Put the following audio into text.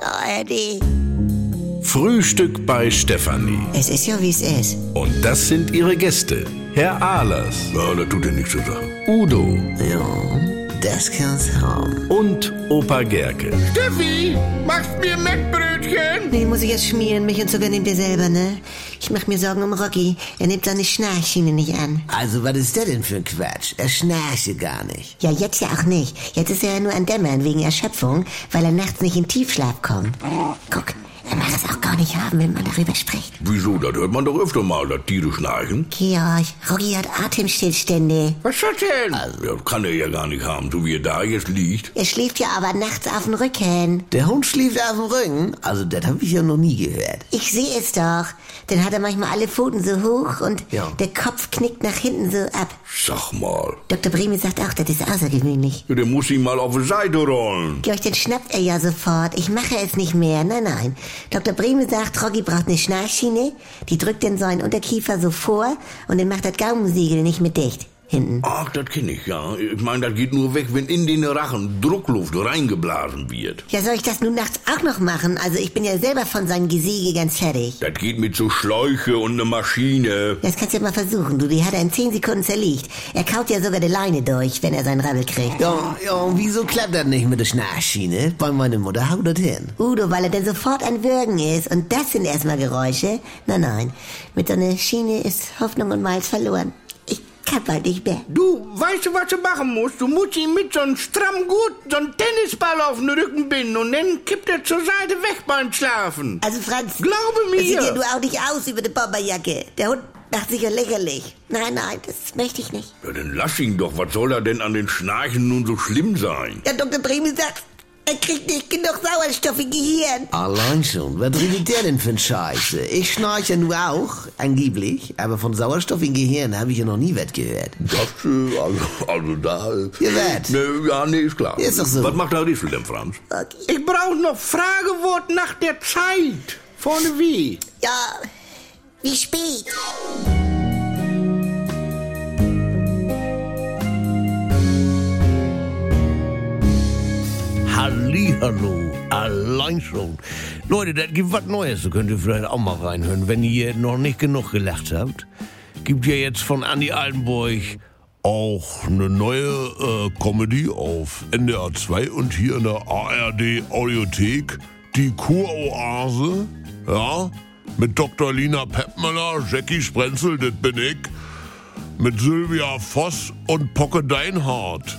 ARD. Frühstück bei Stefanie. Es ist ja, wie es ist. Und das sind ihre Gäste. Herr Ahlers. Ja, da tut er nichts zu sagen. Udo Ja, das kann's haben. und Opa Gerke. Steffi, machst mir Mettbrötchen? Nee, muss ich jetzt schmieren. Milch und Zucker nehmt ihr selber, ne? Ich mach mir Sorgen um Rocky. Er nimmt seine Schnarchschiene nicht an. Also, was ist der denn für ein Quatsch? Er schnarche gar nicht. Ja, jetzt ja auch nicht. Jetzt ist er ja nur an Dämmern wegen Erschöpfung, weil er nachts nicht in Tiefschlaf kommt. Guck, er mag es auch gar nicht haben, wenn man darüber spricht. Wieso, das hört man doch öfter mal, dass Tiere schnarchen. Georg, Rocky hat Atemstillstände. Was ist das denn? Also, Ja, kann er ja gar nicht haben, so wie er da jetzt liegt. Er schläft ja aber nachts auf dem Rücken. Der Hund schläft auf dem Rücken? Also, das habe ich ja noch nie gehört. Ich sehe es doch. Dann hat er manchmal alle Pfoten so hoch und Ja. der Kopf knickt nach hinten so ab. Sag mal, Dr. Bremi sagt auch, das ist außergewöhnlich. ja, der muss ihn mal auf die Seite rollen. Georg, den schnappt er ja sofort. Ich mache es nicht mehr. Nein, nein. Dr. Bremi sagt, Rocky braucht eine Schnarchschiene. Die drückt dann seinen Unterkiefer so vor und dann macht das Gaumensiegel nicht mit dicht. Hinten. Ach, das kenne ich, ja. Ich meine, das geht nur weg, wenn in den Rachen Druckluft reingeblasen wird. Ja, soll ich das nun nachts auch noch machen? Also ich bin ja selber von seinem Gesiege ganz fertig. Das geht mit so Schläuche und ne Maschine. Das kannst du ja mal versuchen, du. Die hat er in 10 Sekunden zerlegt. Er kaut ja sogar die Leine durch, wenn er seinen Rabbel kriegt. Ja, ja, und wieso klappt das nicht mit der Schnarchschiene? Bei meiner Mutter haut das hin. Udo, weil er dann sofort an Würgen ist. Und das sind erstmal Geräusche. Nein, nein. Mit so einer Schiene ist Hoffnung und Malz verloren. Ich kann bald nicht mehr. Du, weißt du, was du machen musst? Du musst ihn mit so einem strammen Gurt, so einem Tennisball auf den Rücken binden und dann kippt er zur Seite weg beim Schlafen. Also Franz, Glaube mir. Das sieht ja nur auch nicht aus über die Bomberjacke. Der Hund macht sich ja lächerlich. Nein, nein, das möchte ich nicht. Ja, dann lass ihn doch. Was soll er denn an den Schnarchen nun so schlimm sein? Der Dr. Bremi sagt, er kriegt nicht genug Sauerstoff im Gehirn. Allein schon, was redet der denn für ein Scheiße? Ich schnarche nur auch, angeblich, aber von Sauerstoff im Gehirn habe ich ja noch nie was gehört. Das, äh, also, also da... äh, Ihr werdet. Ne, ja, nee, ist klar. Ist doch so. Was macht der Riesel denn, Franz? Okay. Ich brauch noch Fragewort nach der Zeit. Vorne wie? Ja, wie spät? Hallihallo, allein schon. Leute, das gibt was Neues, da könnt ihr vielleicht auch mal reinhören. Wenn ihr noch nicht genug gelacht habt, gibt ja jetzt von Andy Altenburg auch eine neue äh, Comedy auf NDR 2 und hier in der ARD Audiothek. Die Kuroase, ja, mit Dr. Lina Peppmüller, Jackie Sprenzel, das bin ich mit Sylvia Voss und Pocke Deinhardt.